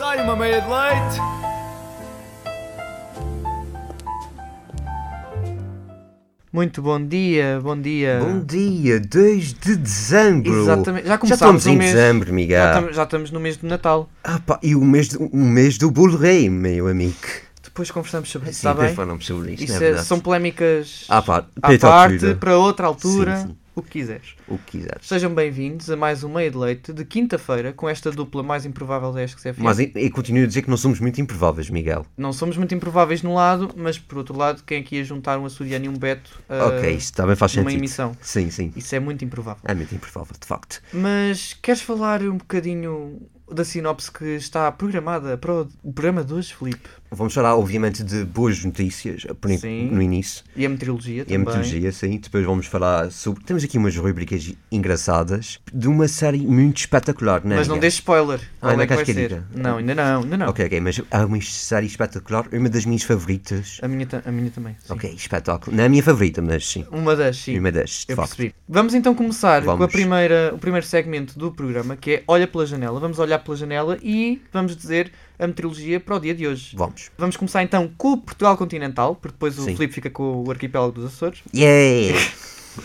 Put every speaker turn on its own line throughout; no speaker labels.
I made it late.
Muito bom dia, bom dia.
Bom dia, 2 de dezembro.
Exatamente, já
Já
começámos
estamos
o
em
mês.
dezembro,
Já,
Miguel.
estamos, já estamos no mês do Natal.
Ah, pá, e o mês, do- o mês do Blu-ray, meu amigo.
Depois conversamos sobre isso,
Sim,
está
depois
bem?
falamos sobre isto,
Isso
não é
é-
verdade?
são polémicas
Ah, pá, para
à
outra
parte,
altura.
para outra altura,
Sim, sim.
o que quiseres.
O que quiseres.
Sejam bem-vindos a mais um Meio de Leite de quinta-feira com esta dupla mais improvável da SXFM.
Mas e, e continuo a dizer que não somos muito improváveis, Miguel.
Não somos muito improváveis num lado, mas por outro lado, quem aqui ia juntar um açoriano e um Beto ah,
ok, isto tá- também faz
numa
sentido.
emissão.
Sim, sim.
Isso é muito improvável.
É muito improvável, de facto.
Mas queres falar um bocadinho da sinopse que está programada para o o programa de hoje, Filipe?
Vamos falar, obviamente, de boas notícias por in-
Sim.
no início.
E a meteorologia
E a
também.
metodologia, sim. Depois vamos falar sobre. Temos aqui umas rubricas engraçadas de uma série muito espetacular, não é?
Mas não
Miguel?
deixe spoiler. Qual
ainda
é que vai
queres que
ser?
diga?
Não, ainda não, ainda não.
Ok, ok, mas há uma série espetacular, é uma das minhas favoritas.
A, minha ta- a minha também. sim.
Ok, espetáculo. Não é a minha favorita, mas sim. é
Uma das, sim.
Uma das, de
Eu
facto.
percebi. Vamos então começar com a
Vamos.
primeira, o primeiro segmento do programa, que é Olha pela janela. Vamos olhar pela janela e vamos dizer a meteorologia para o dia de hoje.
Vamos.
Vamos começar então com o Portugal continental, porque depois o
Sim.
Filipe fica com o arquipélago dos Açores.
Yeah!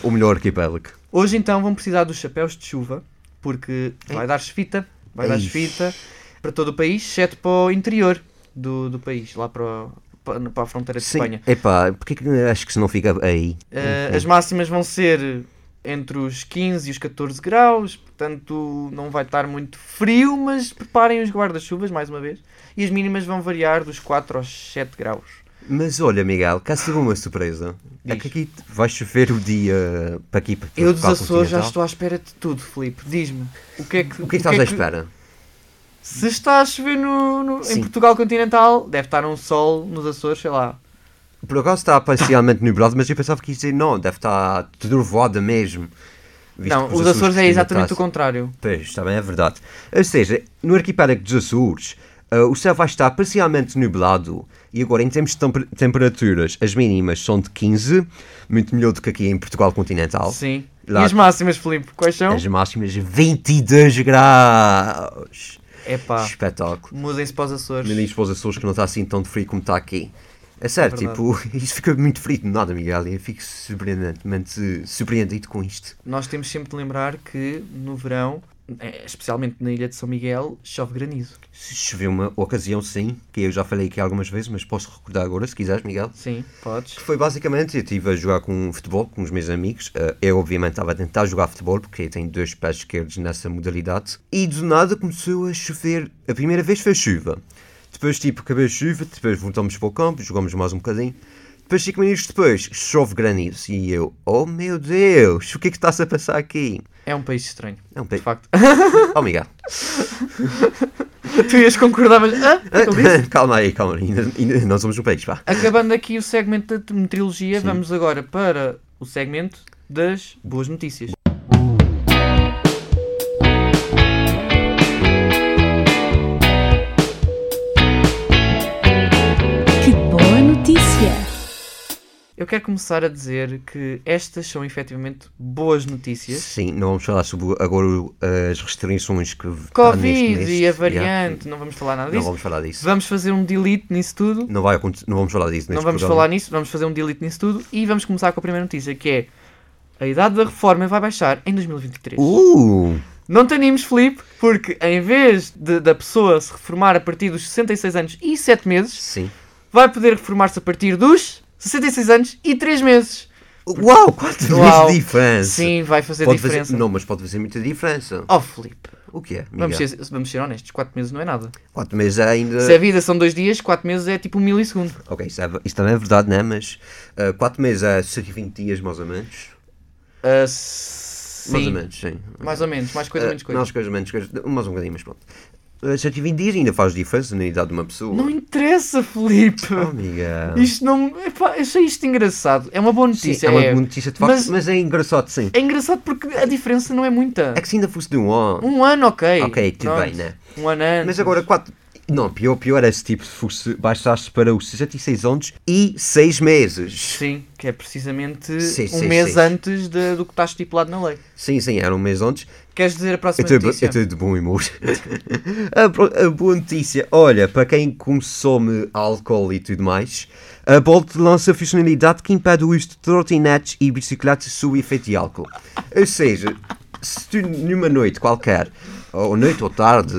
o melhor arquipélago.
Hoje então vão precisar dos chapéus de chuva, porque
É.
vai dar fita, vai dar
Ei.
fita para todo o país, exceto para o interior do, do país, lá para, o- para, para a fronteira de Espanha.
Epá, porque é que- acho que se não fica aí?
Eh, as máximas vão ser entre os 15 e os 14 graus, portanto não vai estar muito frio, mas preparem os guarda-chuvas mais uma vez. E as mínimas vão variar dos 4 aos 7 graus.
Mas olha, Miguel, cá se tive uma surpresa. É
Diz.
que aqui vai chover o dia para aqui para
Eu dos
Portugal
Açores já
um continental.
estou à espera de tudo, Filipe. Diz-me, o que é que,
O que é que estás à
é
espera?
Se está a chover no, no- em
Sim.
Portugal continental, deve estar um sol nos Açores, sei lá.
Por acaso está parcialmente nublado, mas eu pensava que ia dizer não, deve estar trovoada mesmo. Visto
não,
que
os Açores é
têm
exatamente o
atraso.
contrário.
Pois, também é verdade. Ou seja, no arquipélago dos Açores, ah, o céu vai estar parcialmente nublado. E agora, em termos de temper- temperaturas, as mínimas são de 15, muito melhor do que aqui em Portugal continental.
Sim.
Lá-
E as máximas, Filipe, quais são?
As máximas 22 graus.
É pá,
Espetáculo.
mudem-se para os Açores.
Me diz para os Açores que não está assim tão de frio como está aqui. É sério,
verdade.
tipo, isto fica muito frio de nada, Miguel. Eu fico surpreendentemente surpreendido com isto.
Nós temos sempre de lembrar que no verão, eh, especialmente na ilha de São Miguel, chove granizo.
Se chover uma ocasião, sim, que eu já falei aqui algumas vezes, mas posso recordar agora, se quiseres, Miguel.
Sim, podes.
que foi basicamente, eu estive a jogar com futebol com os meus amigos. Eh, eu, obviamente, estava a tentar jogar futebol porque eu tenho dois pés esquerdos nessa modalidade. E do nada começou a chover. A primeira vez foi chuva. Depois, tipo, acabei a chuva. Depois voltamos para o campo, jogamos mais um bocadinho. Depois, 5 minutos depois, chove granizo. E eu, oh meu Deus, o que é que está-se a passar aqui?
É um país estranho.
É um
De
pe...
facto.
Oh, Miguel.
tu ias concordar, mas. Ah, o que é que ele disse?
calma aí, calma aí. Ainda, ainda não somos um país, pá.
Acabando aqui o segmento da meteorologia, vamos agora para o segmento das boas notícias.
Que boa notícia!
Eu quero começar a dizer que estas são efetivamente boas notícias.
Sim, não vamos falar sobre o- agora o- as restrições que. há neste
Covid
mês.
e a
Yeah.
variante, não vamos falar nada
Não
disso.
vamos falar disso.
Vamos fazer um delete nisso tudo.
Não, vai, aconte- não vamos falar disso neste
Não vamos
programa.
falar nisso, vamos fazer um delete nisso tudo e vamos começar com a primeira notícia que é a idade da reforma vai baixar em 2023.
Uh!
Não te animes, Filipe, porque em vez de- da pessoa se reformar a partir dos 66 anos e 7 meses,
Sim.
vai poder reformar-se a partir dos 66 anos e 3 meses.
Uau, quatro
Uau.
vezes de diferença!
Sim, vai fazer
pode
diferença.
Fazer... Não, mas pode fazer muita diferença.
Oh, Filipe,
O que é?
vamos ser, vamos ser honestos, 4 meses não é nada.
Quatro meses é ainda.
Se a vida são dois dias, 4 meses é tipo um milissegundo.
Ok, isso, é- isso também é verdade, né? Mas ah, quatro meses é 120 dias, mais ou menos.
Ah, sim.
Uh, Mais ou menos, sim.
Mais ou menos, mais coisa,
Ah,
menos coisa.
Mais coisa, menos coisa. Mais um bocadinho, mas pronto. Ah, 120 dias ainda faz diferença na idade de uma pessoa.
Não interessa, Felipe.
Oh, amiga.
Isto não. Epá, achei isto engraçado. É uma boa
Sim,
notícia.
é uma boa notícia de facto,
Mas
mas... é engraçado, sim.
é engraçado porque a diferença não é muita.
É que se ainda fosse de um ano.
Um ano, ok.
Ok, tudo
Pronto.
bem, né?
Um ano antes.
Mas agora 4. Não, pior, pior é se tipo se fosse baixasse para os 66 anos e 6 meses.
Sim, que é precisamente
Sim,
um
sim,
mês
sim.
antes de- do que está estipulado na lei.
Sim, sim, era um mês antes.
Queres dizer a próxima
Eu
notícia?
estou de bom humor. a, pro- a boa notícia, olha, para quem consome álcool e tudo mais, a Bolt lança a funcionalidade que impede o uso de trotinetes e bicicletas sob efeito de álcool. Ou seja, se tu numa noite qualquer, ou noite ou tarde,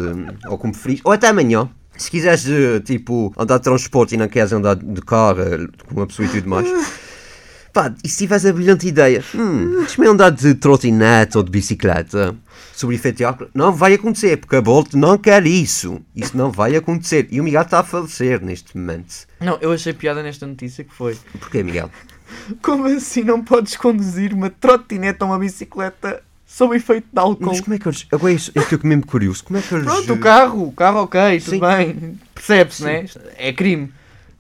ou como preferis, ou até amanhã, se quiseres, eh, tipo, andar de transporte e não queres andar de carro eh, com uma pessoa e tudo mais, Pá, e se tivesse a brilhante ideia? Hum, deixa-me andar de trotinete ou de bicicleta sobre efeito de álcool. Não vai acontecer, porque a Bolt não quer isso. Isso não vai acontecer. E o Miguel está a falecer neste momento.
Não, eu achei piada nesta notícia que foi.
Porquê, Miguel?
Como assim não podes conduzir uma trotineta ou uma bicicleta sob efeito de álcool?
Mas como é que eles... Agora eu eu estou mesmo curioso. Como é que eles...
Pronto, o carro, o carro ok,
Sim.
tudo bem, percebe-se, né? É crime.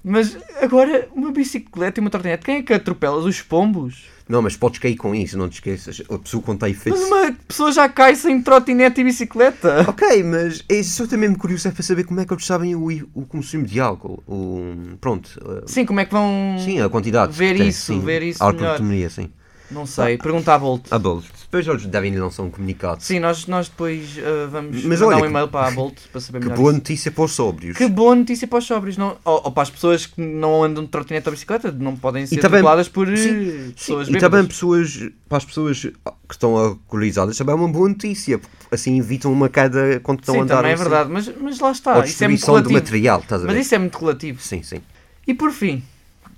Mas agora, uma bicicleta e uma trotinete, quem é que atropela? Os pombos?
Não, mas podes cair com isso, não te esqueças. A pessoa quando está efeito...
Mas uma pessoa já cai sem trotinete e bicicleta.
Ok, mas é isso eu estou mesmo curioso é para saber como é que eles sabem o, o consumo de álcool. O, pronto. eh,
Sim, como é que vão.
Sim, a quantidade. que
Ver
tem,
isso,
sim.
ver isso melhor.
Alcoolemia, sim.
Não sei, pergunta à Bolt.
A Bolt. Depois eles devem lançar um comunicado.
Sim, nós, nós depois ah, vamos
Mas
mandar
olha
um
que-
e-mail para a Bolt para saber
Que
melhor.
boa
isso.
notícia para os sóbrios.
Que boa notícia para os sóbrios, não, ou, ou para as pessoas que não andam de trotinete ou bicicleta, não podem ser
também-
atropeladas por eh,
Sim,
pessoas
Sim, e também
bêbadas.
pessoas, para as pessoas que estão alcoolizadas, também é uma boa notícia, porque assim evitam uma queda quando estão a
Sim,
andar.
também é
assim.
verdade, mas, mas lá
Ou
está, isso é muito
destruição do
relativo.
material, estás a ver?
Mas isso é muito relativo.
Sim, sim.
E por fim,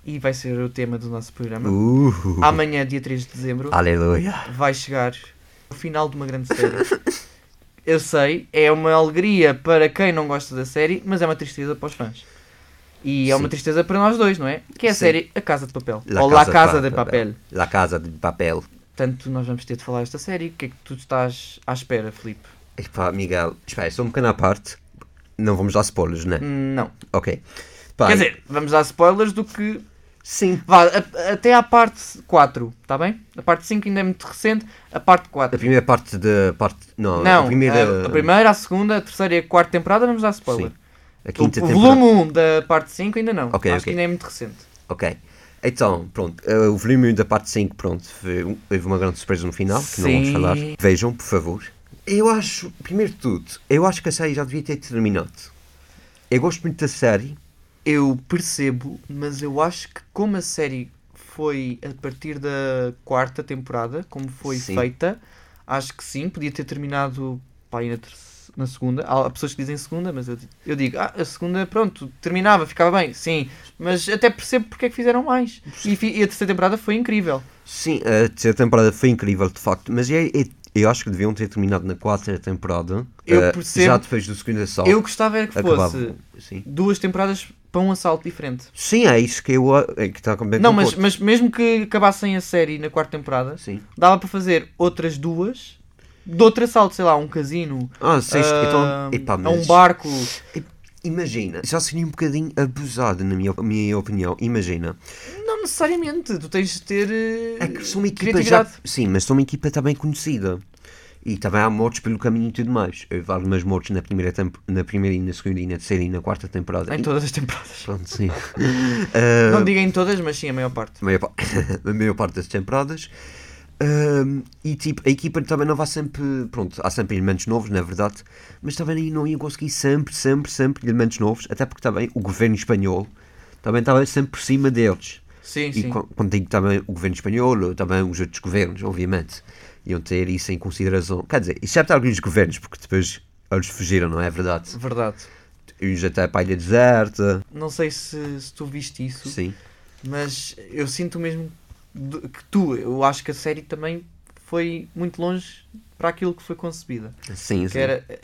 e vai ser o tema do nosso programa,
Uh,
amanhã, dia 3 de dezembro,
Aleluia.
vai chegar o final de uma grande série. Eu sei, é uma alegria para quem não gosta da série, mas é uma tristeza para os fãs. E é uma
Sim.
tristeza para nós dois, não é? Que é a
Sim.
série A Casa de Papel.
La
ou La
Casa de
Casa de
Papel.
Papel.
La Casa de Papel.
Portanto, nós vamos ter de falar desta série. O que é que tu estás à espera, Filipe?
Epá, Miguel, espera, só um bocadinho à parte. Não vamos dar spoilers, né?
Hum, Não.
Ok. Pá,
Quer dizer, vamos dar spoilers do que
sim.
Vá, a- até à parte 4, está bem? A parte 5 ainda é muito recente, a parte
A
4.
primeira parte da parte. Não,
não,
a primeira.
a, a primeira, a segunda, a terceira e a quarta temporada vamos dar spoiler.
Sim. A
O,
quinta
o
temporada.
volume 1 da parte 5 ainda não.
Ok,
Acho que
ok.
ainda é muito recente.
Ok. Então, pronto, eh, o volume da parte 5, pronto, foi- um, houve uma grande surpresa no final, que não vamos
Sim.
falar. Vejam, por favor. Eu acho, primeiro de tudo, eu acho que a série já devia ter terminado. Eu gosto muito da série,
Eu percebo, mas eu acho que como a série foi a partir da quarta temporada, como foi
Sim.
feita, acho que sim, podia ter terminado pá, aí na, terce- na segunda. Há há pessoas que dizem segunda, mas eu, di- eu digo, ah, a segunda, pronto, terminava, ficava bem, sim. Mas até percebo porque é que fizeram mais. E, fi- e a terceira temporada foi incrível.
sim, a terceira temporada foi incrível, de facto, mas eu, eu- eu acho que deviam ter terminado na quarta temporada,
Eu
eh,
percebo.
já depois do segundo assalto.
Eu gostava era que
acabava-
fosse
Sim.
duas temporadas para um assalto diferente.
sim, é isso que eu... a- É que está completamente
Não, mas,
concordo.
mas mesmo que acabassem a série na quarta temporada,
Sim.
dava para fazer outras duas de outro assalto, sei lá, um casino,
Ah, sexta,
ah,
então... Epá,
a um
mas-
barco.
Imagina, já seria um bocadinho abusado, na minha, minha opinião. Imagina,
Não necessariamente, tu tens de ter eh,
é que são uma equipa já.
criatividade.
Sim, mas são uma equipa também conhecida. E também há mortes pelo caminho e tudo mais. Houve algumas mortes na primeira, tempo, na primeira e na segunda e na terceira e na quarta temporada.
Em
E-
todas as temporadas.
Pronto, sim. Ah,
Não diga em todas, mas sim a maior parte.
a, maior, pa- a maior parte das temporadas. Ahm, e tipo, a equipa também não vai sempre. Pronto, há sempre elementos novos, na verdade, mas também não iam conseguir sempre, sempre, sempre elementos novos, até porque também o governo espanhol também estava sempre por cima deles.
Sim,
E
sim.
quan- quando digo também o governo espanhol, também os outros governos, obviamente, iam ter isso em consideração. Quer dizer, excepto alguns governos, porque depois eles fugiram, não é verdade?
Verdade.
Uns até para a Ilha Deserta.
Não sei se, se tu viste isso,
Sim.
mas eu sinto mesmo de- que tu, eu acho que a série também foi muito longe para aquilo que foi concebida.
Sim,
Que
sim.
era, eh,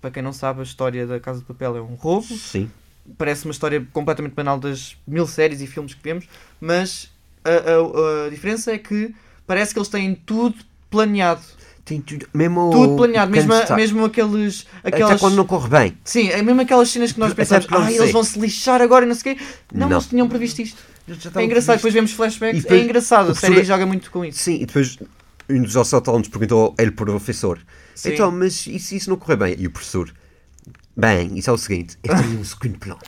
para quem não sabe, a história da Casa de Papel é um roubo,
Sim.
parece uma história completamente banal das mil séries e filmes que vemos, mas a, a- a diferença é que parece que eles têm tudo planeado.
Tem tudo. Mesmo
tudo planeado,
o
mesmo,
canto está-
mesmo aqueles.
Até
aquelas
quando não corre bem.
Sim, é mesmo aquelas cenas que nós
Até
pensamos,
porque não
ah,
sei."
eles vão se lixar agora e não sei o quê. Não,
Não.
eles tinham previsto isto.
Então,
É engraçado, depois vemos
E
flashbacks,
depois-
é engraçado, a
o
série
professor-
joga muito com isso.
Sim, e depois um dos assaltantes perguntou ao ele professor:
Sim.
Então, mas e se isso não correr bem? E o professor: Bem, isso é o seguinte, eu tenho um segundo plano.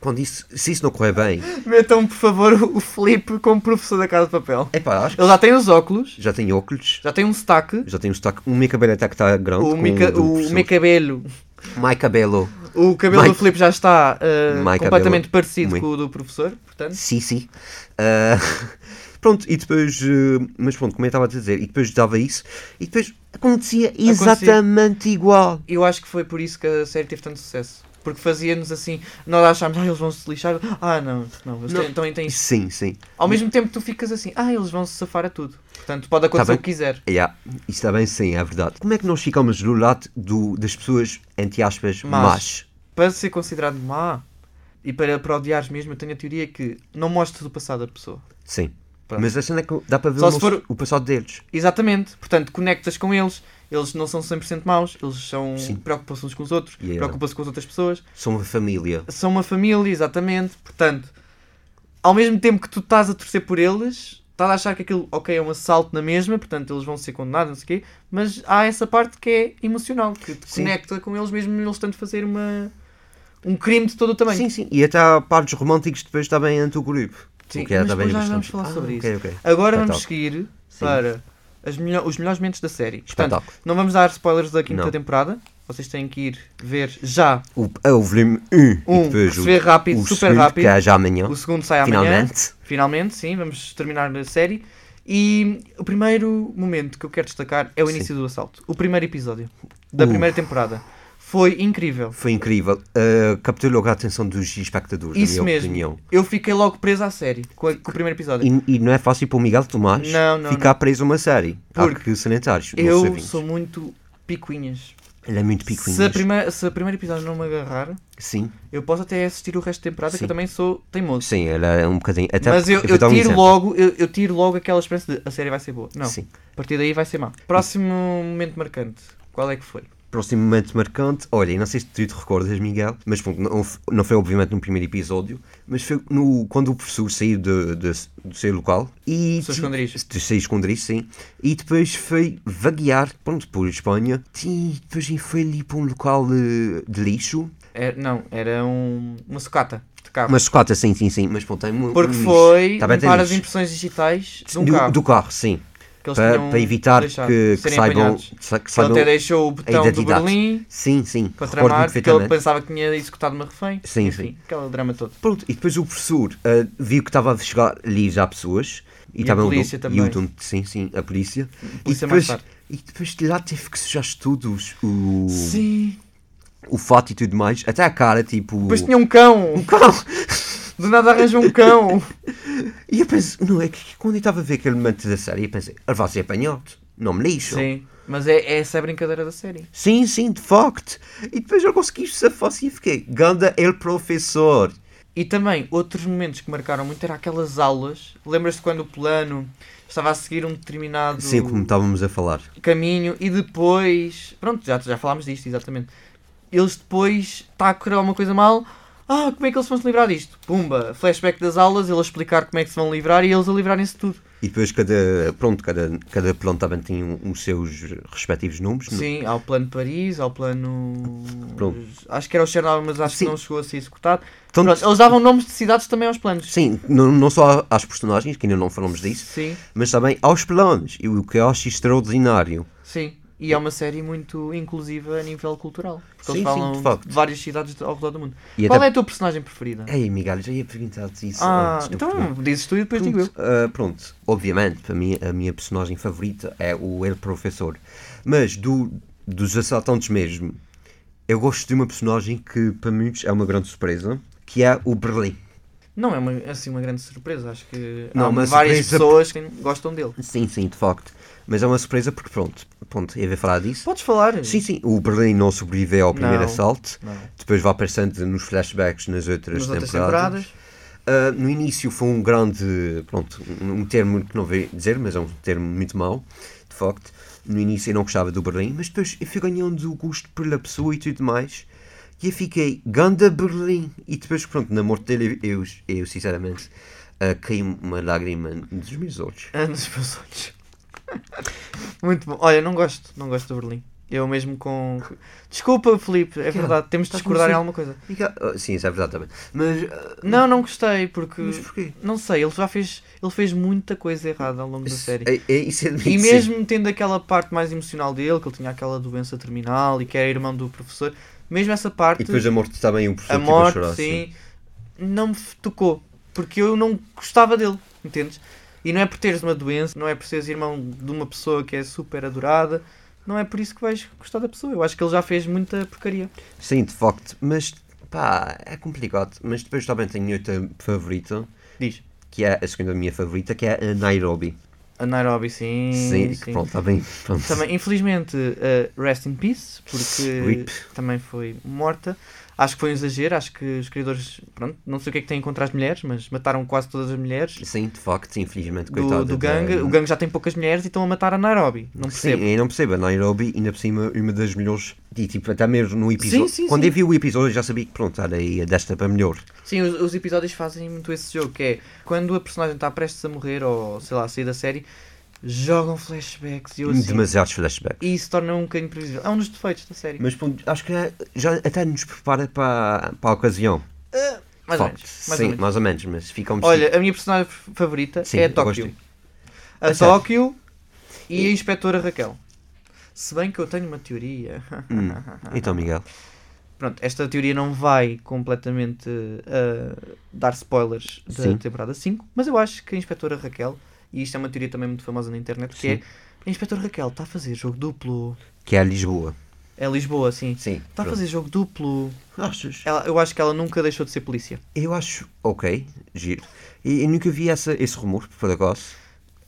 Quando isso, se isso não correr bem,
Metam, por favor, o Felipe como professor da Casa de Papel.
epá, acho que
Ele já tem os óculos,
já tenho óculos,
já tem um sotaque,
já tenho um sotaque, o meu cabelo até que está grande.
o,
com um
mica,
do
o
professor.
meu cabelo,
My cabelo,
o cabelo do
Mike-
Felipe já está uh,
Mike
completamente
cabelo.
parecido
Muito.
com o do professor, portanto.
sim, sim. Ah, pronto, e depois, eh, mas pronto, como eu estava a dizer, e depois dava isso, e depois acontecia exatamente igual.
Eu acho que foi por isso que a série teve tanto sucesso. Porque fazia-nos assim, nós achámos, ah, eles vão se lixar, ah, não, não, eles
Não.
têm- então tem isto.
Sim, sim.
Ao mesmo tempo tu ficas assim, ah, eles vão se safar a tudo. Portanto, pode acontecer
Tá
o
bem.
que quiser.
Yeah, isso também sim, é verdade. Como é que nós ficamos do lado do, das pessoas, entre aspas,
Mas.
más?
Para ser considerado má e para, para odiares mesmo, eu tenho a teoria que não mostres o passado da pessoa.
Sim.
Pronto.
Mas a cena é que dá para ver
Só
o,
se
nosso-
for-
o passado deles.
Exatamente. Portanto, conectas com eles. Eles não são 100% maus. Eles são...
Sim.
preocupam-se uns com os outros.
Yeah.
Preocupam-se com as outras pessoas.
São uma família.
São uma família, exatamente. Portanto, ao mesmo tempo que tu estás a torcer por eles, estás a achar que aquilo, ok, é um assalto na mesma. Portanto, eles vão ser condenados, não sei o quê. Mas há essa parte que é emocional. Que te
Sim.
conecta com eles mesmo eles tanto fazer uma... Um crime de todo o tamanho.
Sim, sim. E até há partes românticos depois também entre o grupo.
Sim,
O que é
mas
também
depois já
bastante- Ah,
vamos falar sobre
ok,
isso.
ok. Tá,
Agora
Espetáculo.
vamos seguir para as melho- os melhores momentos da série. Portanto,
Espetáculo.
não vamos dar spoilers da quinta
Não.
temporada. Vocês têm que ir ver já
O, é o volume 1.
Um,
e depois o,
receber rápido,
o
super
segundo,
rápido.
Que é já amanhã.
o segundo sai amanhã.
Finalmente.
Finalmente, sim, vamos terminar a série. E o primeiro momento que eu quero destacar é o início do assalto. O primeiro episódio da
Uh.
primeira temporada. Foi incrível.
Foi incrível. Uh, captou logo a atenção dos espectadores,
Isso
na minha
mesmo.
opinião.
Eu fiquei logo preso à série com, a- com o primeiro episódio.
E, e não é fácil para o Miguel Tomás
Não, não,
ficar preso a uma série.
Porque
Há que salientar os nossos
eu
ouvintes.
sou muito picuinhas.
Ele é muito picuinhas.
Se, a primeira, se a primeira episódio não me agarrar,
Sim,
eu posso até assistir o resto da temporada, que
Sim.
eu também sou teimoso.
sim, ele é um bocadinho. Até
Mas eu,
vou
eu
dar um
tiro
exemplo.
logo, eu, eu tiro logo aquela esperança de a série vai ser boa. Não,
Sim.
a partir daí vai ser má. Próximo momento marcante, qual é que foi?
Próximo momento marcante, olha, e não sei se tu te recordas, Miguel, mas pronto, não, f- não foi obviamente no primeiro episódio, mas foi no, quando o professor saiu de, de- do seu local e.
Do seu
de-
esconderijo.
Do seu esconderijo, sim. E depois foi vaguear, pronto, por Espanha, e depois foi ali para um local eh, de lixo.
É, não, era um, uma sucata de carro.
Uma chocota, sim, sim, sim, mas pronto, tem um.
Porque
um lixo.
foi
Está bem, tem
limpar as
lixo.
impressões digitais de um
do,
carro.
do carro, sim.
que eles
Para,
tinham
para evitar que,
deixado
que
serem
saibam.
apanhados.
sa- Que
Ele
saibam
até deixou o botão Então, do
identidade.
Berlim
Sim, sim.
para tramar,
recordo-me
porque ele
perfeitamente.
pensava que é tinha executado uma refém.
Sim,
Enfim, aquele drama todo.
Pronto, e depois o professor ah, viu que estava a chegar ali já pessoas. E,
a
estava o
polícia
Dom-
também.
E o Dom- sim, sim, a polícia.
polícia
e,
mais
depois,
tarde.
e depois de lá teve que sujar tudo, os- o,
Sim,
o fato e tudo mais. Até a cara, tipo...
Depois tinha um cão. Do nada arranja um cão.
E eu penso, não é que quando eu estava a ver aquele momento da série, eu pensei, "Ah, ele vai ser apanhado, não me lixo.
Sim. Mas é, é essa a brincadeira da série.
Sim, sim, de facto. E depois eu consegui safar-se e fiquei, ganda ele professor.
E também, outros momentos que marcaram muito eram aquelas aulas. Lembras-te quando o plano estava a seguir um determinado
Sim, como tá- estávamos a falar.
caminho e depois. Pronto, já, já falámos disto, exatamente. Eles depois está a correr alguma coisa mal. Ah, como é que eles vão se livrar disto? Pumba, flashback das aulas, ele a explicar como é que se vão livrar e eles a livrarem-se de tudo.
E depois cada, pronto, cada, cada plano também tinha um- os seus respectivos nomes. não? é?
Sim, há o plano Paris, há o plano.
Pronto.
Acho que era o Chernobyl, mas acho
Sim.
que não chegou a ser executado.
Então-
Pronto, eles davam nomes de cidades também aos planos.
Sim, não, não só às personagens, que ainda não falamos disso,
Sim,
mas também aos planos, e o que eu acho extraordinário.
sim. E é uma série muito inclusiva a nível cultural. Porque eles
Sim, sim,
falam
de
de,
facto.
várias cidades de- ao redor do mundo.
E
Qual
até-
é a tua personagem preferida?
Ei, Miguel, já ia perguntar-te isso.
ah,
antes do programa.
então dizes tu e depois digo eu.
Pronto, ah, pronto, obviamente, para mim a minha personagem favorita é o El Professor. Mas do, dos assaltantes mesmo, eu gosto de uma personagem que para muitos é uma grande surpresa, que é o Berlim.
Não é uma, assim uma grande surpresa, acho que
Não,
há
uma
várias pessoas
surpresa-
que gostam dele.
Sim, sim, de facto. Mas é uma surpresa porque pronto, pronto, eu ia falar disso.
Podes falar.
Sim, sim, o Berlim não sobreviveu ao primeiro
Não,
assalto.
não.
Depois vai aparecendo nos flashbacks nas outras
Nas outras
temporadas.
temporadas.
Ah, no início foi um grande, pronto, um termo que não veio dizer, mas é um termo muito mau, de facto. No início eu não gostava do Berlim, mas depois eu fui ganhando o gosto pela pessoa e tudo mais. E eu fiquei, ganda Berlim! E depois, pronto, na morte dele, eu, eu sinceramente, ah, caí uma lágrima dos meus olhos.
Ah, nos meus olhos. Muito bom. Olha, não gosto, não gosto do Berlim. Eu mesmo com. Desculpa, Felipe, é verdade, temos de
Estás
discordar em
como
alguma coisa.
Fica- ah, Sim, isso é verdade também. Mas. ah,
Não, não gostei, porque.
Mas porquê?
Não sei, ele já fez. Ele fez muita coisa errada ao longo da série.
É, é, isso é
E mesmo tendo aquela parte mais emocional dele, que ele tinha aquela doença terminal e que era irmão do professor, mesmo essa parte,
E depois a morte também, o
a,
professor ficou tipo a
morte,
chorar.
sim, não me tocou. Porque eu não gostava dele, entendes? E não é por teres uma doença, não é por seres irmão de uma pessoa que é super adorada, não é por isso que vais gostar da pessoa. Eu acho que ele já fez muita porcaria.
Sim, de facto, mas pá, é complicado. Mas depois também tenho outra favorita,
Diz,
que é a segunda minha favorita, que é a Nairobi.
a Nairobi, sim.
sim,
Hum, sim.
que pronto, está bem. Pronto.
Também, infelizmente, eh, rest in peace, porque
Rip.
também foi morta. Acho que foi um exagero, acho que os criadores, pronto, não sei o que é que têm contra as mulheres, mas mataram quase todas as mulheres
Sim, de facto, infelizmente, coitada.
do, do
da-
gangue. O gangue já tem poucas mulheres e estão a matar a Nairobi, não percebo.
Sim, eu não percebo. A Nairobi, ainda por cima, uma das melhores. E tipo, até mesmo no episódio.
Sim, sim,
Quando
sim.
eu vi o episódio, eu já sabia que pronto, era aí desta para melhor.
Sim, os, os episódios fazem muito esse jogo, que é quando a personagem está prestes a morrer ou, sei lá, a sair da série, jogam flashbacks e eu assim,
Demasiados flashbacks.
e isso torna um bocadinho previsível. É um dos defeitos da série.
Mas pronto, acho que já até nos prepara para, para a ocasião.
Mais
De
ou
facto,
menos. Mais
sim,
ou menos.
mais ou menos, mas fica um
Olha, a minha personagem f- favorita
Sim,
é a
eu gosto
Tóquio.
de-
A
A sério?
Tóquio e a Inspetora Raquel. Se bem que eu tenho uma teoria.
Então, Miguel.
Pronto, esta teoria não vai completamente uh, dar spoilers da
Sim.
temporada 5, mas eu acho que a Inspetora Raquel, e isto é uma teoria também muito famosa na internet, que
Sim.
é a Inspetora Raquel está a fazer jogo duplo.
Que é a Lisboa.
É Lisboa, assim.
Sim.
Está a
pronto.
fazer jogo duplo.
Achas?
Ela- eu acho que ela nunca deixou de ser polícia.
Eu acho, ok, giro. E eu nunca vi essa, esse rumor, por acaso.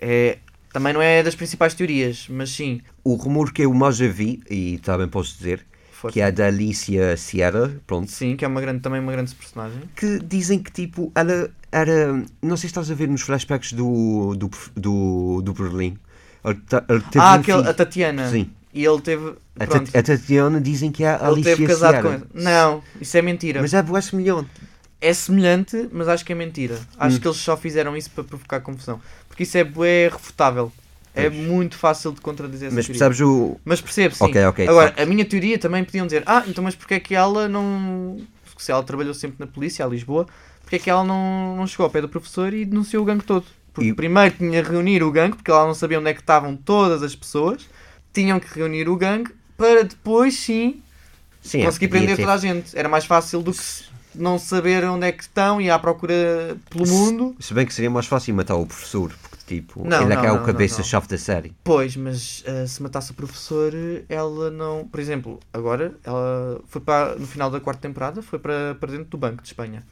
É, também não é das principais teorias, mas sim.
O rumor que eu mais já vi, e também posso dizer,
Força.
que é da Alicia Sierra, pronto,
Sim, que é uma grande, também uma grande personagem.
que dizem que tipo, ela era. Não sei se estás a ver nos flashbacks do. do. do, do Berlim. Ele ta- ele teve
ah,
um
aquele,
filho.
a Tatiana.
Sim.
E ele teve.
A,
Pronto,
Tat- a Tatiana dizem que é a
ele
Alicia
teve casado
Sierra.
com ele. Não, isso é mentira.
Mas é boa semelhante.
É semelhante, mas acho que é mentira. Acho
Hum.
que eles só fizeram isso para provocar confusão. Porque isso é bué refutável. É muito fácil de contradizer essa
Mas
teoria.
percebes o.
Mas percebo, sim.
Ok, ok,
Agora,
de
a minha teoria também podiam dizer: ah, então, mas porque é que ela não. Se ela trabalhou sempre na polícia, a Lisboa, porque é que ela não, não chegou ao pé do professor e denunciou o gangue todo? Porque
E-
primeiro tinha de reunir o gangue, porque ela não sabia onde é que estavam todas as pessoas, tinham que reunir o gangue para depois sim
Sim, é,
conseguir
podia
prender
ter-
toda a gente. Era mais fácil do que não saber onde é que estão e ir à procura pelo
Se-
mundo.
Se bem que seria mais fácil matar o professor, porque tipo,
Não,
ele é que
não,
é
não,
o
não,
cabeça-chave da série.
Pois, mas ah, se matasse o professor, ela não. Por exemplo, agora, ela foi para. No final da quarta temporada, foi para, para dentro do Banco de Espanha.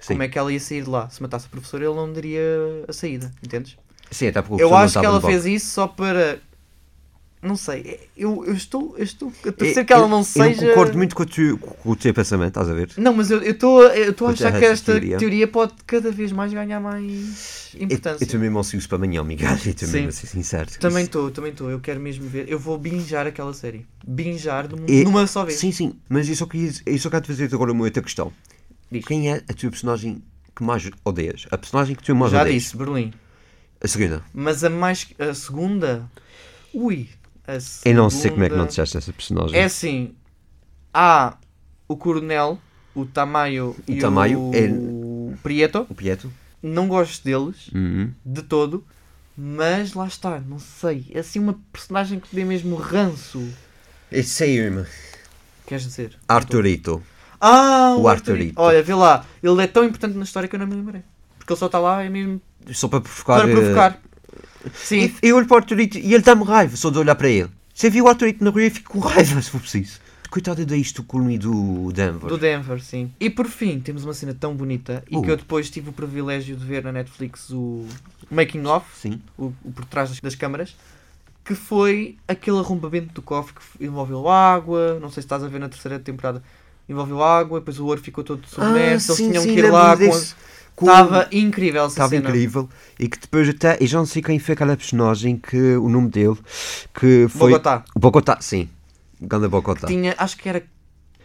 Sim.
Como é que ela ia sair de lá? Se matasse o professor, ele não daria a saída, entendes?
Sim, até porque o
eu
professor não
acho que
estava
ela
no banco.
fez isso só para. Não sei, é, eu, eu estou, eu estou a torcer
Eu-
que ela
É, eu-
não seja.
Eu concordo muito com o, teu, com o teu pensamento, estás a ver?
Não, mas eu eu estou a- eu estou a
Porque
achar que
é, essa
esta
teoria- É,
teoria. pode cada vez mais ganhar mais
Eu,
importância.
eu também me ansioso para amanhã, Miguel, eu também
Sim.
vou ser sincero.
Também
Isso-
estou, também estou. Eu quero mesmo ver. Eu vou binjar aquela série. Binjar de um-
E-
numa só vez.
é- Sim, sim, mas eu só, queria, eu só quero te fazer agora uma outra questão.
Diz.
Quem é a tua personagem que mais odeias? A personagem que tu mais
Já
odeias?
disse, Berlim.
A segunda.
Mas a mais. A segunda. Ui. A
Eu não sei como é que não
segunda-
disseste essa personagem.
É assim. Há o Coronel, o Tamayo e
Tamayo
o
é-
Prieto.
O Pieto?
Não gosto deles
Uhum.
de todo. Mas lá está, não sei. É assim uma personagem que dê mesmo ranço.
Esse é irmã.
Queres dizer?
Arturito.
Ah, o, Arthurito.
O Arthurito.
Olha, vê lá. Ele é tão importante na história que eu não me lembrei. Porque ele só está lá é mesmo
Só para provocar.
para
eh,
provocar. Sim.
Eu olho para o Arturito e ele dá-me raiva só de olhar para ele. Você viu o Arturito na rua e fico com raiva se for preciso. Coitado daí do Colony do Denver.
Do Denver, sim. E por fim, temos uma cena tão bonita e
Uh.
que eu depois tive o privilégio de ver na Netflix o Making Off,
Sim.
o, o por trás das, das câmaras, que foi aquele arrombamento do cofre que f- envolveu água, não sei se estás a ver na terceira temporada, envolveu água, depois o ouro ficou todo submerso, eles tinham que ir lá com... a- Estava incrível essa
Estava
cena.
incrível. E que depois até. Eu já não sei quem foi aquela personagem que. O nome dele. Que foi.
Bogotá.
Bogotá, sim. Ganda Bogotá.
Tinha, acho que era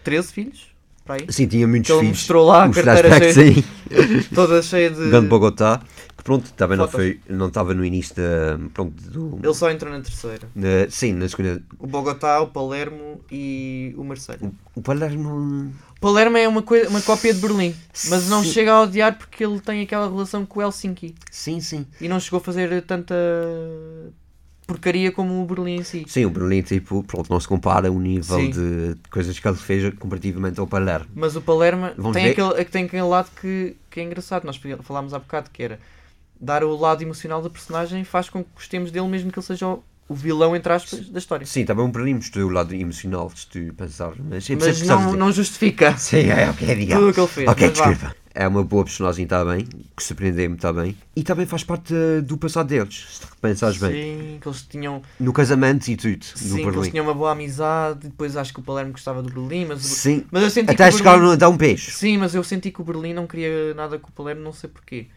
13 filhos. para aí.
Sim, tinha muitos
Que ele
filhos.
mostrou lá a
Os
carteira
flashbacks
cheia.
aí.
Toda cheia de.
Grande Bogotá. Que pronto, também não
Fotos.
foi, não estava no início da, pronto, do...
Ele só entrou na terceira.
na- sim, na segunda...
O Bogotá, o Palermo e o Marselha.
O Palermo...
Palermo é uma, coisa, uma cópia de Berlim, mas não
Sim.
chega a odiar porque ele tem aquela relação com o Helsinki
Sim, sim.
e não chegou a fazer tanta porcaria como o Berlim em si.
Sim, o Berlim, tipo, pronto, não se compara o nível
Sim.
de coisas que ele fez comparativamente ao Palermo.
Mas o Palermo
Vamos
tem
ver.
aquele, é que tem aquele lado que, que é engraçado. Nós falámos há bocado que era dar o lado emocional da personagem faz com que gostemos dele mesmo que ele seja o, o vilão, entre aspas, da história.
Sim, também o Berlim mostrou o lado emocional, se tu pensar, mas... eu
Mas
percebo o que estás a
não,
dizer.
não justifica.
Sim, é ok, diga.
Tudo o que ele fez,
Ok,
mas vá.
desculpa. É uma boa personagem, está bem, que surpreendeu-me, está bem. E também faz parte eh, do passado deles, se pensares bem.
Sim, que eles tinham,
No casamento e tudo,
sim,
no
que eles
Berlim.
tinham uma boa amizade. Depois acho que o Palermo gostava do Berlim, mas, o-
Sim,
mas eu senti
até
que o
chegaram
tipo, Berlim,
a dar um beijo.
Sim, mas eu senti que o Berlim não queria nada com o Palermo, não sei porquê.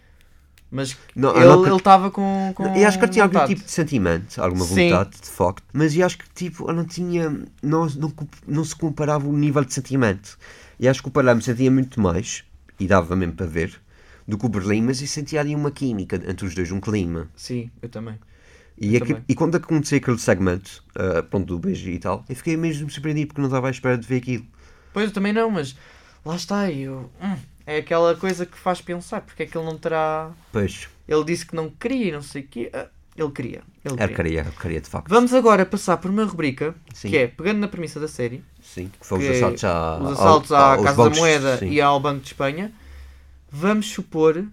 Mas
Não, eu não-
ele estava com, com.
E acho que ele tinha algum
vontade.
tipo de sentimento, alguma
Sim.
vontade, de facto. Mas eu acho que tipo, eu não tinha. Não, não, comp- não se comparava o nível de sentimento. E acho que o Palermo sentia muito mais, e dava mesmo para ver, do que o Berlim, mas eu sentia ali uma química entre os dois, um clima.
Sim, eu também.
E,
Eu
aqui-
também.
e quando aconteceu aquele segmento, ah, pronto, do beijo e tal, eu fiquei mesmo surpreendido porque não estava à espera de ver aquilo.
Pois eu também não, mas lá está, eu. hum, é aquela coisa que faz pensar, porque é que ele não terá.
Pois,
Ele disse que não queria e não sei o quê. Ah, Ele queria. Ele
era
queria.
queria, era queria de facto.
Vamos agora passar por uma rubrica
Sim.
que é pegando na premissa da série,
Sim, que foi
que é
os assaltos à,
os assaltos
ao-
à
aos
Casa
bancos,
da Moeda
sim.
e ao Banco de Espanha. Vamos supor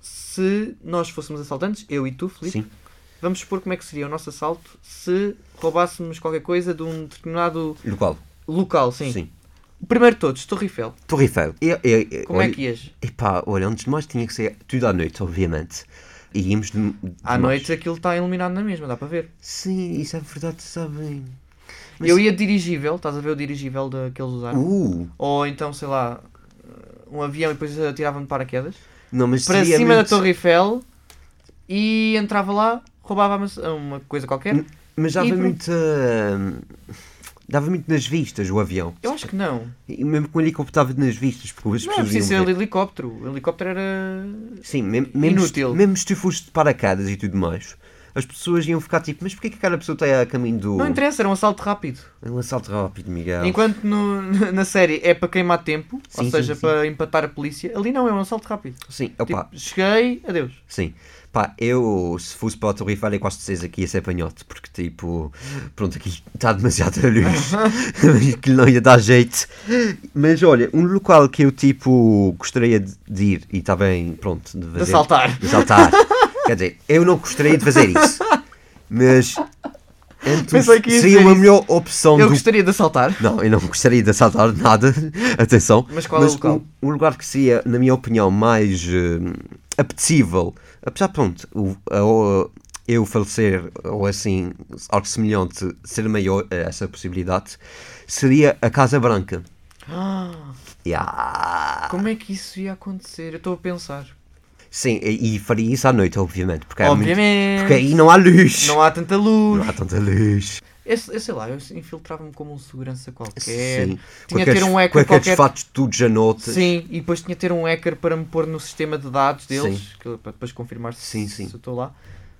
se nós fôssemos assaltantes, eu e tu, Filipe,
Sim,
vamos supor como é que seria o nosso assalto se roubássemos qualquer coisa de um determinado
no qual?
local, sim.
Sim.
O primeiro de todos, Torre Eiffel.
Torre Eiffel. Eu, eu, eu,
Como
olha,
é que ias?
Epá, olha, antes de mais tinha que ser tudo à noite, obviamente. E íamos de, de
À noite aquilo está iluminado na mesma, dá para ver.
Sim, isso é verdade, sabem. Mas-
Eu ia de dirigível, estás a ver o dirigível de- que eles usaram?
Uh,
Ou então, sei lá, um avião e depois atiravam de paraquedas.
não, mas
para
seria
cima da
muito-
Torre Eiffel e entrava lá, roubava uma, uma coisa qualquer.
Mas dava
E pronto.
muito. ah, dava muito nas vistas o avião.
Eu acho que não.
E mesmo com o helicóptero estava nas vistas, porque as
Não é
pessoas
preciso
iam
ser
ver.
helicóptero. O helicóptero era.
Sim, mem- mesmo,
Inútil.
Se, mesmo se tu foste de paraquedas e tudo mais, as pessoas iam ficar tipo, mas porquê que aquela pessoa está a caminho do...
Não interessa, era um assalto rápido.
Um assalto rápido, Miguel.
Enquanto no- na série é para queimar tempo,
um Sim,
ou seja,
sim, sim.
para empatar a polícia, ali não é um assalto rápido.
Sim, opa,
Tipo, cheguei, adeus.
sim. Pá, eu se fosse para a Torre Eiffel, eu quase certeza que ia ser apanhote, porque tipo, pronto, aqui está demasiada luz, que não ia dar jeito. Mas olha, um local que eu tipo gostaria de, de ir e está bem, pronto, de
De
fazer...
assaltar.
de saltar. Quer dizer, eu não gostaria de fazer isso. Mas Antunes
Pensei que ia
seria
dizer
uma
isso.
melhor opção
Eu
do-
gostaria de assaltar.
Não, eu não gostaria de assaltar nada, atenção.
Mas qual é o local?
Um, um lugar que seria, na minha opinião, mais eh, apetecível, apesar pronto, o- a- o- eu falecer ou assim, algo semelhante, ser maior eh, essa possibilidade, seria a Casa Branca.
Ah,
Yeah.
como é que isso ia acontecer? Eu estou a pensar.
Sim, e, e faria isso à noite, obviamente, porque, é muito-
Obviamente.
porque aí não há luz.
Não há tanta luz.
Não há tanta luz.
Eu, eu sei lá, eu infiltrava-me como um segurança qualquer.
Sim.
Tinha que ter um hacker
qualquer
qualquer.
fatos todos à noite.
Sim, e depois tinha que ter um hacker para me pôr no sistema de dados deles,
Sim.
que- para depois confirmar se,
Sim, sim.
se eu estou lá.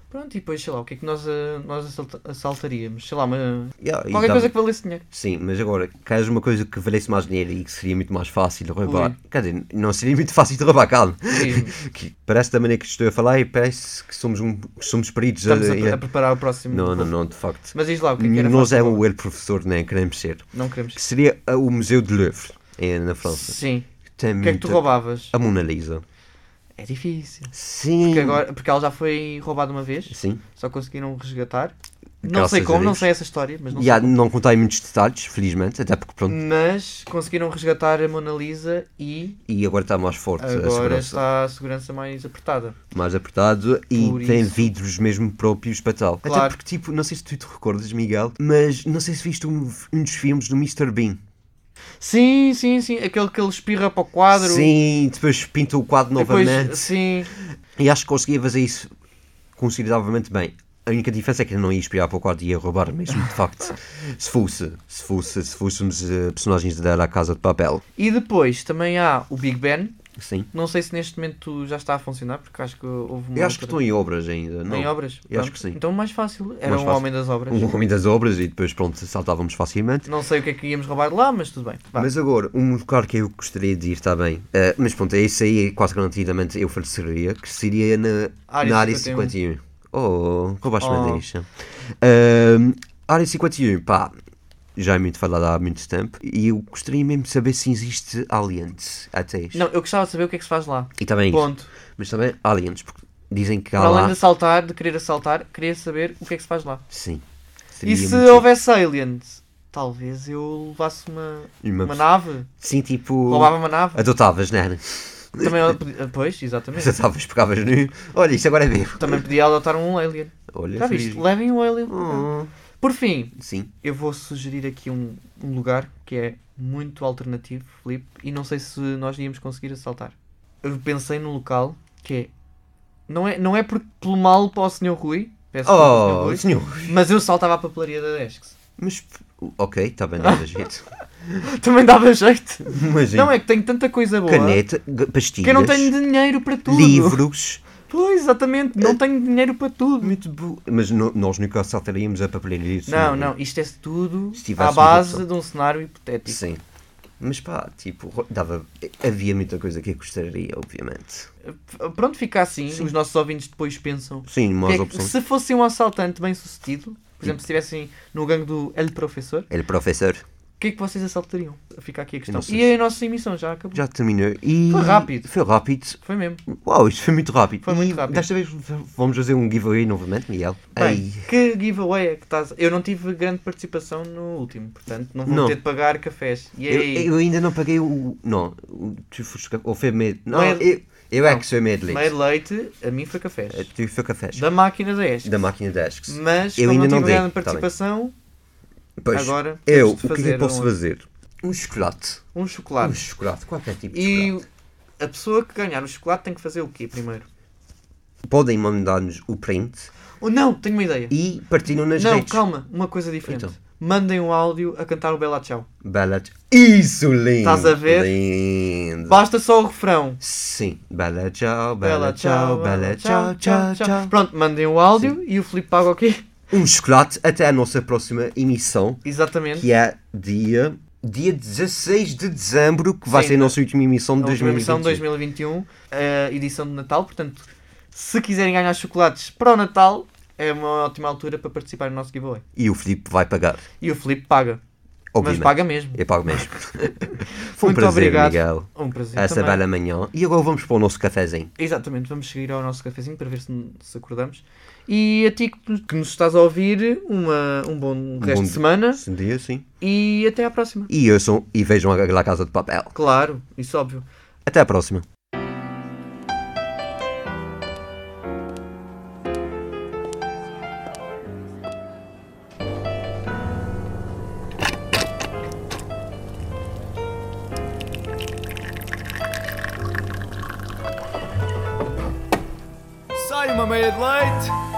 Pronto, e depois sei lá, o que é que nós, ah, nós assalta- assaltaríamos? Sei lá, uma,
Yeah, e
qualquer
dá-
coisa que valesse dinheiro.
Sim, mas agora, queres uma coisa que valesse mais dinheiro e que seria muito mais fácil de roubar?
Ui.
Quer dizer, não seria muito fácil de roubar, calma.
Sim.
Que parece da maneira que estou a falar e parece que somos, um, que somos peritos
Estamos
a-
a, a preparar o próximo.
Não, não, não, de facto.
Mas diz lá o que é que era.
Nós é
fácil?
o ele professor, né, nem queremos ser.
Não queremos.
Que seria uh, o Museu de Louvre, eh, na França.
Sim.
Tem
O que é que tu
muita-
roubavas?
A Mona Lisa.
É difícil.
Sim.
Porque, agora, porque ela já foi roubada uma vez,
Sim.
só conseguiram resgatar. Não
Graças
sei
a
como, não
Deus.
sei Hum. essa história, mas não
Já não contei muitos detalhes, felizmente, até porque pronto.
sei. Mas conseguiram resgatar a Mona Lisa e
E agora está mais forte a
agora
segurança.
está a é segurança mais apertada.
mais apertado e
Por
tem
isso.
vidros mesmo próprios para tal. Até
Claro.
porque, tipo, não sei se tu te recordas, Miguel, mas não sei se viste um, um dos filmes do Mr. Bean.
Sim, sim, sim. Aquele que ele espirra para o quadro.
Sim, depois pinta o quadro
Depois, eh,
novamente.
sim.
E acho que conseguia fazer isso consideravelmente bem. A única diferença é que eu não ia esperar para o quarto e ia roubar mesmo, de facto. se fosse, se fosse, se fôssemos eh, personagens da La Casa de Papel.
E depois também há o Big Ben.
Sim.
Não sei se neste momento já está a funcionar, porque acho que houve uma.
Eu acho que
altura-
estão em obras ainda, não?
Em obras?
Eu acho
Pronto.
que sim.
Então mais fácil. Era
Mais
um
fácil.
homem das obras.
Um homem das obras e depois, pronto, saltávamos facilmente.
Não sei o que é que íamos roubar de lá, mas tudo bem. Vá.
Mas agora, um lugar que eu gostaria de ir, está bem. eh, mas pronto, é isso aí, quase garantidamente eu faleceria, que seria na
Área
na área
51.
51. Oh, roubaste-me
Oh.
a deixa. Ahm, área 51, pá, já é muito falada há muito tempo. E eu gostaria mesmo de saber se existe aliens ateis.
Não, eu gostava de saber o que é que se faz lá.
E também isso.
Ponto.
Mas também aliens, porque dizem que há
Para além
lá.
de assaltar, de querer assaltar, queria saber o que é que se faz lá.
Sim.
E
Seria
se
muito-
houvesse aliens? Talvez eu levasse uma,
E uma
uma
pessoa-
nave,
Sim, tipo.
roubava uma nave.
Adotavas, não era?
Também, eu pedi- pois, exatamente.
Adotavas, pegavas nu. Olha, isto agora é vivo.
Também podia adotar um alien.
Olha,
Já
feliz.
viste? Levem um alien. para cá.
Oh,
Por fim,
Sim.
eu vou sugerir aqui um, um lugar que é muito alternativo, Filipe, e não sei se nós íamos conseguir assaltar. Eu pensei num local que é. Não é, não é por, pelo mal para o Sr. Rui, peço desculpa ao Sr.
Oh,
Rui,
senhor.
mas eu saltava a papelaria da Desks.
Mas. Ok, está bem, dava jeito.
Também dava jeito.
Mas
Não é que tenho tanta coisa boa
caneta, ga- pastilhas,
que eu não tenho dinheiro para tudo.
livros.
Pois, exatamente,
É.
não tenho dinheiro para tudo.
Muito bom. Mas no- nós nunca saltaríamos a papelaria. isso
Não, não, isto é tudo
Se tivéssemos
à base
opção.
de um cenário hipotético.
Sim. Mas pá, tipo, ro- dava, havia muita coisa que eu gostaria, obviamente.
F- Pronto, fica assim.
Sim.
Os nossos ouvintes depois pensam.
Sim,
O que é
mais
que-
opções.
se fossem um assaltante bem sucedido, por exemplo, se estivessem no gangue do El Professor,
Ele professor
o que é que vocês assaltariam? Fica aqui a questão.
não sei
E a nossa emissão já acabou.
já terminou. E
Foi rápido.
Foi rápido.
Foi mesmo.
Uau, isto foi muito rápido.
Foi muito
E
rápido.
Desta vez vamos fazer um giveaway novamente, Miguel.
Bem,
Ei,
que giveaway é que estás. Eu não tive grande participação no último, portanto não vou
Não.
ter de pagar cafés. E
eu,
aí,
eu ainda não paguei o. Não, o- tu foste. Ou foi med... Não,
Med-
eu, eu é que sou medley.
meio de leite, a mim foi cafés.
Tu foi café.
Da máquina da Este.
É da máquina de Asks.
Mas
eu
como
ainda
não
não
tive
dei.
grande
tá bem.
participação,
Pois,
agora
eu, o
temos de
que é que
fazer
eu posso
um-
fazer? Um chocolate.
um
Um
chocolate.
chocolate, qualquer tipo de
E
chocolate.
a pessoa que ganhar o chocolate tem que fazer o quê primeiro?
Podem mandar-nos o print
Ou Oh, não, tenho uma ideia.
e partilham nas
Não,
redes.
calma, uma coisa diferente.
Então.
Mandem um áudio a cantar o Bela Tchau.
Ballet. Isso, lindo!
Estás a ver?
Lindo.
Basta só o refrão.
Sim. Bala tchau,
Bela
bala
Tchau,
tchau, bala tchau, tchau, tchau.
Pronto, mandem o áudio e o Filipe paga o quê?
Um chocolate até a nossa próxima emissão,
Exatamente.
que é dia, dia 16 de dezembro, que vai
Sim,
ser a
na-
nossa última emissão de
A última emissão
2021.
de 2021, a um, eh, edição de Natal. Portanto, se quiserem ganhar chocolates para o Natal, é uma ótima altura para participar no nosso giveaway.
E o Filipe vai pagar.
E o Filipe paga.
Obviamente.
Mas paga mesmo.
Eu pago mesmo. Foi um
Muito
prazer,
obrigado.
Miguel.
Um prazer
Essa
também.
bela manhã. E agora vamos para o nosso cafezinho.
Exatamente, vamos seguir ao nosso cafezinho para ver se, se acordamos. E a ti que nos- que nos estás a ouvir, uma, um bom resto
bom
de
dia.
semana
Dia, sim.
e até à próxima.
E ouçam e vejam a La Casa de Papel.
Claro, isso é óbvio.
Até a próxima.
Sai uma meia de leite.